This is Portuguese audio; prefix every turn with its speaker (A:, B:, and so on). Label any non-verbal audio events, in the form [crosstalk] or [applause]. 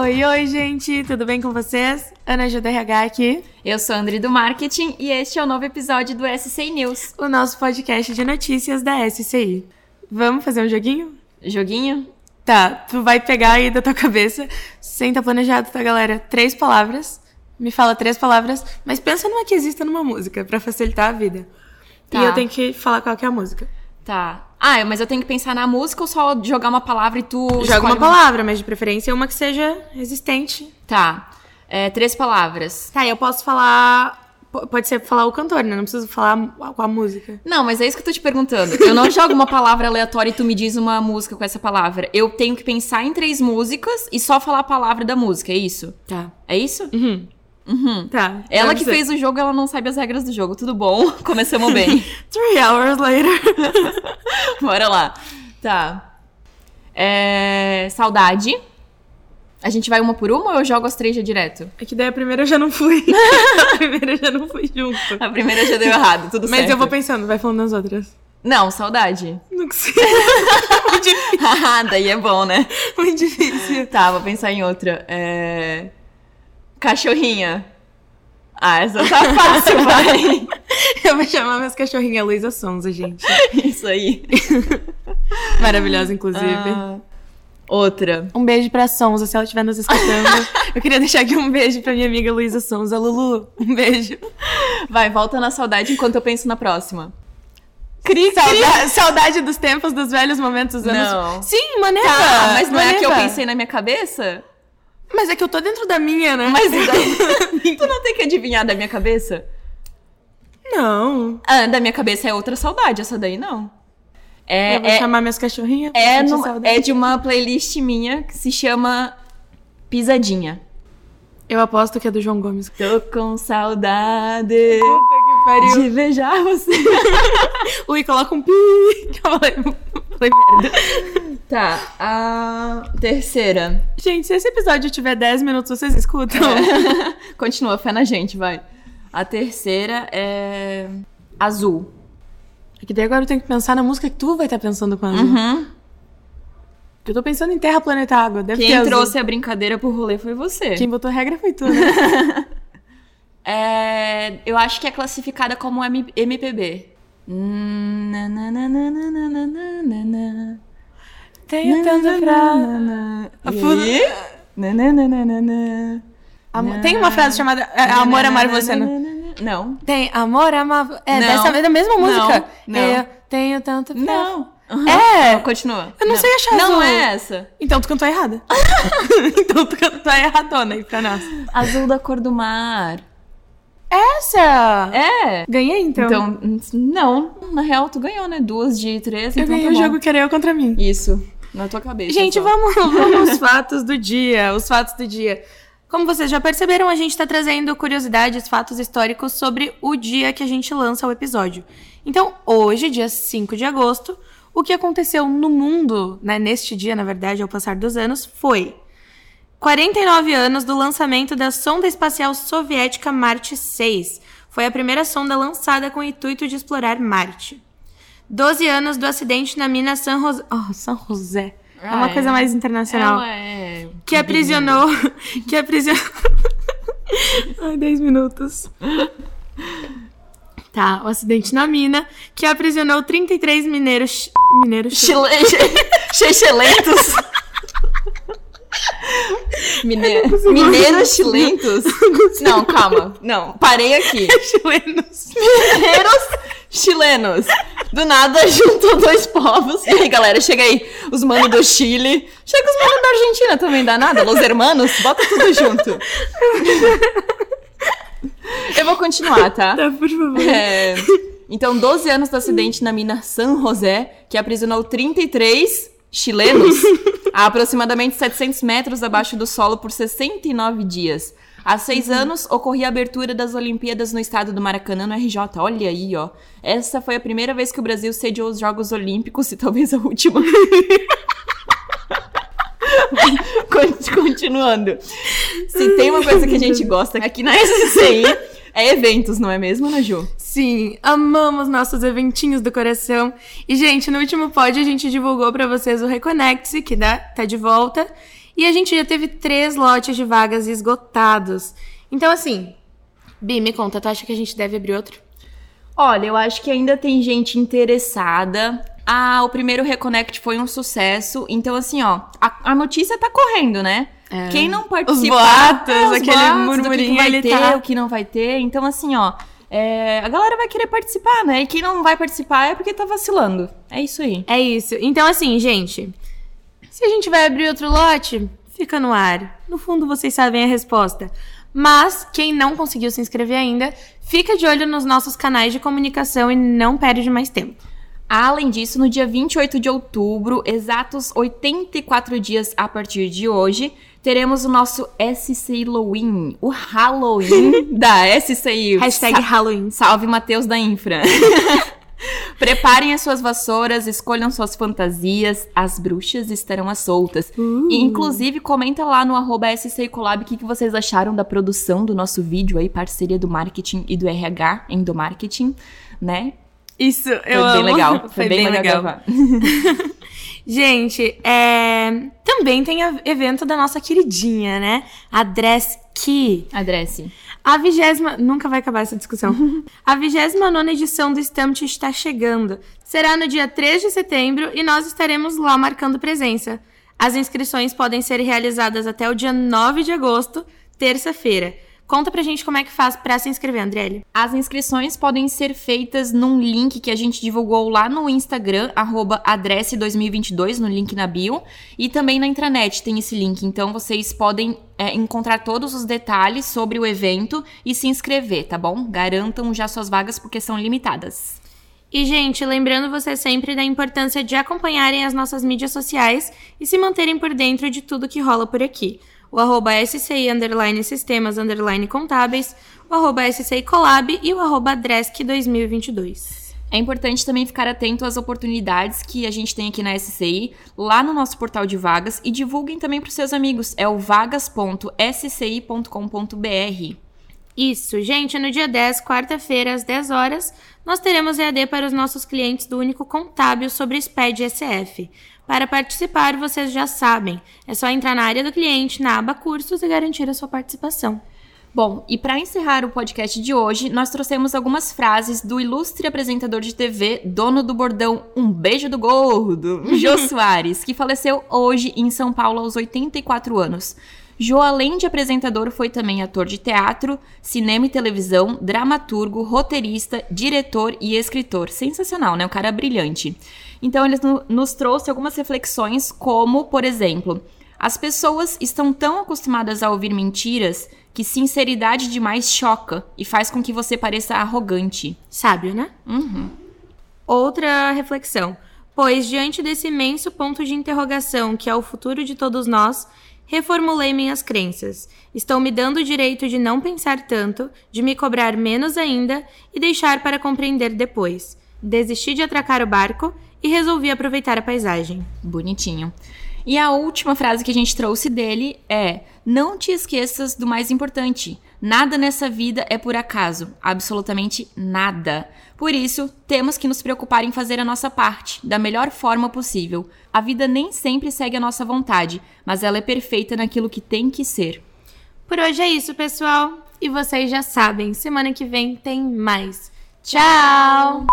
A: Oi, oi, gente, tudo bem com vocês? Ana Ju do RH aqui,
B: Eu sou a Andri do Marketing e este é o novo episódio do SC News.
A: o nosso podcast de notícias da SCI. Vamos fazer um joguinho?
B: Joguinho?
A: Tá, tu vai pegar aí da tua cabeça, sem estar planejado, tá, galera? Três palavras, me fala três palavras, mas pensa numa que exista numa música, pra facilitar a vida.
B: Tá.
A: E eu tenho que falar qual que é a música.
B: Tá. Ah, mas eu tenho que pensar na música ou só jogar uma palavra e tu.
A: Joga
B: escolhe
A: uma palavra, mas de preferência uma que seja resistente.
B: Tá. É, três palavras.
A: Tá, eu posso falar... po- Pode ser falar o cantor, né? Não preciso falar com a música.
B: Não, mas é isso que eu tô te perguntando. Eu não jogo uma palavra aleatória e tu me diz uma música com essa palavra. Eu tenho que pensar em três músicas e só falar a palavra da música, é isso?
A: Tá.
B: É isso?
A: Uhum. Tá.
B: Ela
A: Vamos
B: que
A: ver.
B: fez o jogo, ela não sabe as regras do jogo. Tudo bom? [laughs] Começamos bem.
A: Three hours later.
B: [laughs] Bora lá. Tá. É, Saudade. A gente vai uma por uma ou eu jogo as três já direto?
A: [laughs] É que daí a primeira eu já não [laughs] fui. a primeira eu já não fui junto.
B: A primeira já deu errado, [laughs] tudo
A: Mas
B: certo.
A: eu vou pensando, vai falando nas outras.
B: Não, saudade.
A: [laughs] Não consigo. muito, difícil,
B: [laughs] Ah, Daí é bom, né?
A: muito difícil.
B: Tá, vou pensar em outra. É... Cachorrinha. Ah, essa [laughs] tá fácil, vai.
A: Eu vou chamar minhas cachorrinhas Luísa Sonza, gente.
B: Isso aí.
A: Maravilhosa, inclusive.
B: Ah, outra.
A: Um beijo pra Sonza, se ela estiver nos escutando. [laughs] eu queria deixar aqui um beijo pra minha amiga Luísa Sonza. Lulu, um beijo.
B: Vai, volta na saudade enquanto eu penso na próxima.
A: Cri, Saudade, saudade dos tempos, dos velhos momentos, dos anos.
B: Não.
A: Sim, maneira.
B: Tá, mas não é a que eu
A: maneira.
B: pensei na minha cabeça?
A: Mas é que eu tô dentro da minha, né?
B: [laughs] Mas então, tu não tem que adivinhar da minha cabeça?
A: Não.
B: Ah, da minha cabeça é outra saudade, essa daí não. É,
A: eu vou
B: é,
A: chamar minhas cachorrinhas. pra
B: é,
A: sentir
B: no-
A: saudade.
B: é de uma playlist minha que se chama Pisadinha.
A: Eu aposto que é do João Gomes.
B: Tô com saudade
A: que
B: de beijar você.
A: Ui, coloca um pi. [laughs] que eu falei, falei merda.
B: Tá, a terceira. [laughs]
A: Gente, se esse episódio tiver 10 minutos, vocês escutam?
B: Continua, fé na gente, vai. A terceira é. Azul.
A: É que daí agora eu tenho que pensar na música que tu vai estar pensando com a Azul.
B: Uhum.
A: Porque eu tô pensando em Terra, Planeta, Água. Deve ter
B: Quem
A: Azul.
B: trouxe a brincadeira pro rolê foi você.
A: Quem botou regra foi tu, [laughs] né?
B: É, eu acho que é classificada como M MPB. Hum, nanananananananana.
A: Tenho tanto pra...
B: Nananana.
A: A
B: E
A: fuda-
B: aí? Nananananana.
A: Amor- Tem uma frase chamada é, Amor, Amar Você, né?
B: Nananana. Não.
A: Tem Amor, Amar... É,
B: Não.
A: dessa vez, da mesma música. É,
B: Não.
A: Eu tenho tanto pra...
B: Não.
A: É.
B: Não, Continua.
A: Eu não sei achar
B: Não
A: azul.
B: é essa.
A: Então tu cantou errada. [laughs] então tu cantou erradona aí pra nós.
B: Azul da cor do mar.
A: Essa!
B: É.
A: Ganhei, então.
B: Então, não. Na real, tu ganhou, né? Duas de três.
A: eu
B: então
A: ganhei
B: tá
A: o
B: bom.
A: jogo que era eu contra mim.
B: Isso. Na tua cabeça.
A: Gente,
B: só.
A: vamos, vamos aos fatos do dia. Os fatos do dia. Como vocês já perceberam, a gente está trazendo curiosidades, fatos históricos sobre o dia que a gente lança o episódio. Então, hoje, dia 5 de agosto, o que aconteceu no mundo, né, neste dia, na verdade, ao passar dos anos, foi 49 anos do lançamento da sonda espacial soviética Marte 6. Foi a primeira sonda lançada com o intuito de explorar Marte. 12 anos do acidente na mina San José. Oh, San José. É uma
B: Ah,
A: coisa
B: é.
A: mais internacional.
B: Ela é.
A: Que
B: [laughs]
A: aprisionou. Que aprisionou. [laughs] Ai, 10 minutos. Tá, o acidente na mina, que aprisionou 33 mineiros. Mineiros.
B: Chile... [laughs] Chechelentos. Mine... Mineiros chilentos. Não, calma. Não, parei aqui.
A: chilenos.
B: Mineiros chilenos. Do nada [laughs] juntou dois povos. E aí, galera, chega aí. Os manos do Chile. Chega os manos da Argentina também, dá nada. Los hermanos, bota tudo junto. Eu vou continuar, tá?
A: Tá, por favor.
B: É, Então, 12 anos do acidente na mina San José, que aprisionou 33 chilenos a aproximadamente 700 metros abaixo do solo por 69 dias. Há seis anos, ocorria a abertura das Olimpíadas no estado do Maracanã, no RJ. Olha aí, ó. Essa foi a primeira vez que o Brasil sediou os Jogos Olímpicos, e talvez a última. [laughs] Con- Continuando. Se tem uma coisa que a gente gosta aqui na SCI, é eventos, não é mesmo, Ana Ju?
A: Sim, amamos nossos eventinhos do coração. E, gente, no último pod a gente divulgou pra vocês o Reconecte-se, que dá, tá de volta. E a gente já teve três lotes de vagas esgotados. Então, assim, Bi, me conta, tu acha que a gente deve abrir outro?
B: Olha, eu acho que ainda tem gente interessada. Ah, o primeiro Reconnect foi um sucesso. Então, assim, ó, a, a notícia tá correndo, né?
A: É.
B: Quem não participar...
A: Os boatos,
B: É, os
A: aquele
B: boatos do que que
A: murmurinho
B: vai
A: ali,
B: ter,
A: tá?
B: o que não vai ter. Então, assim, ó, é, a galera vai querer participar, né? E quem não vai participar é porque tá vacilando. É isso aí.
A: É isso. Então, assim, gente, se a gente vai abrir outro lote, fica no ar. No fundo, vocês sabem a resposta. Mas, quem não conseguiu se inscrever ainda, fica de olho nos nossos canais de comunicação e não perde mais tempo.
B: Além disso, no dia 28 de outubro, exatos 84 dias a partir de hoje, teremos o nosso SC Halloween, o
A: [laughs]
B: Halloween da SCI.
A: Hashtag Halloween.
B: Salve Matheus da Infra. [laughs] Preparem as suas vassouras, escolham suas fantasias, as bruxas estarão às soltas.
A: Uh.
B: E, inclusive, comenta lá no arroba SCI Collab o que, que vocês acharam da produção do nosso vídeo aí, parceria do marketing e do RH, endomarketing, né?
A: Isso,
B: Foi
A: eu
B: bem
A: amo. [laughs]
B: legal.
A: Foi, bem, legal.
B: gravar.
A: Gente, é, também tem a- evento da nossa queridinha, né? A Dress Key.
B: Adresse.
A: A vigésima... Nunca vai acabar essa
B: [laughs]
A: discussão. a vigésima nona edição do Stamped está chegando. Será no dia 3 de setembro e nós estaremos lá marcando presença. As inscrições podem ser realizadas até o dia 9 de agosto, terça-feira. Conta pra gente como é que faz pra se inscrever, Andriele.
B: As inscrições podem ser feitas num link que a gente divulgou lá no Instagram, arroba adresse2022, no link na bio. E também na intranet tem esse link. Então vocês podem é, encontrar todos os detalhes sobre o evento e se inscrever, tá bom? Garantam já suas vagas porque são limitadas.
A: E, gente, lembrando você sempre da importância de acompanharem as nossas mídias sociais e se manterem por dentro de tudo que rola por aqui. O arroba SCI underline sistemas underline contábeis, o arroba SCI Collab e o arroba Dresk 2022.
B: É importante também ficar atento às oportunidades que a gente tem aqui na SCI, lá no nosso portal de vagas, e divulguem também para os seus amigos. É o vagas.sci.com.br.
A: Isso, gente, no dia 10, quarta-feira, às 10 horas, nós teremos EAD para os nossos clientes do Único Contábil sobre SPED SF. Para participar, vocês já sabem, é só entrar na área do cliente, na aba cursos e garantir a sua participação.
B: Bom, e para encerrar o podcast de hoje, nós trouxemos algumas frases do ilustre apresentador de TV, dono do bordão Um Beijo do Gordo, Jô Soares, que faleceu hoje em São Paulo aos 84 anos. Jô, além de apresentador, foi também ator de teatro, cinema e televisão, dramaturgo, roteirista, diretor e escritor. Sensacional, né? Um cara brilhante. Então, ele no- nos trouxe algumas reflexões, como, por exemplo, as pessoas estão tão acostumadas a ouvir mentiras que sinceridade demais choca e faz com que você pareça arrogante.
A: Sábio, né? Outra reflexão. Pois, diante desse imenso ponto de interrogação que é o futuro de todos nós, reformulei minhas crenças. Estou me dando o direito de não pensar tanto, de me cobrar menos ainda e deixar para compreender depois. Desisti de atracar o barco e resolvi aproveitar a paisagem.
B: Bonitinho. E a última frase que a gente trouxe dele é: Não te esqueças do mais importante. Nada nessa vida é por acaso. Absolutamente nada. Por isso, temos que nos preocupar em fazer a nossa parte, da melhor forma possível. A vida nem sempre segue a nossa vontade, mas ela é perfeita naquilo que tem que ser.
A: Por hoje é isso, pessoal. E vocês já sabem, semana que vem tem mais. Tchau!